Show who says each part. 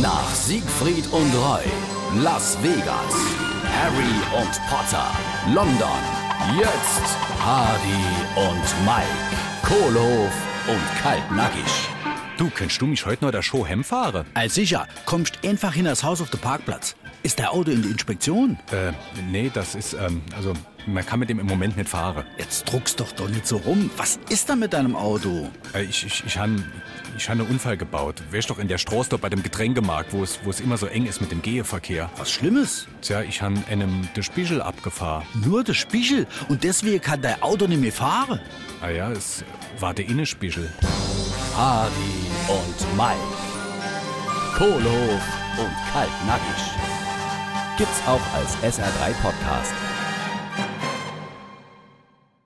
Speaker 1: Nach Siegfried und Roy, Las Vegas, Harry und Potter, London, jetzt Hardy und Mike, Kohlhof und Kaltnackig.
Speaker 2: Du, kennst du mich heute noch der Show heimfahren?
Speaker 1: Als sicher, kommst einfach hin das Haus auf den Parkplatz. Ist der Auto in der Inspektion?
Speaker 2: Äh, nee, das ist, ähm, also, man kann mit dem im Moment nicht fahren.
Speaker 1: Jetzt druckst doch doch nicht so rum. Was ist da mit deinem Auto?
Speaker 2: Äh, ich, ich, ich habe ich han einen Unfall gebaut. Wärst doch in der Straße bei dem Getränkemarkt, wo es, wo es immer so eng ist mit dem Geheverkehr.
Speaker 1: Was Schlimmes?
Speaker 2: Tja, ich habe einem den Spiegel abgefahren.
Speaker 1: Nur der Spiegel. Und deswegen kann dein Auto nicht mehr fahren.
Speaker 2: Ah ja, es war der Innenspiegel.
Speaker 1: Hardy und Mike. Kohlof und Kaltnackig.
Speaker 3: Gibt's auch als SR3 Podcast.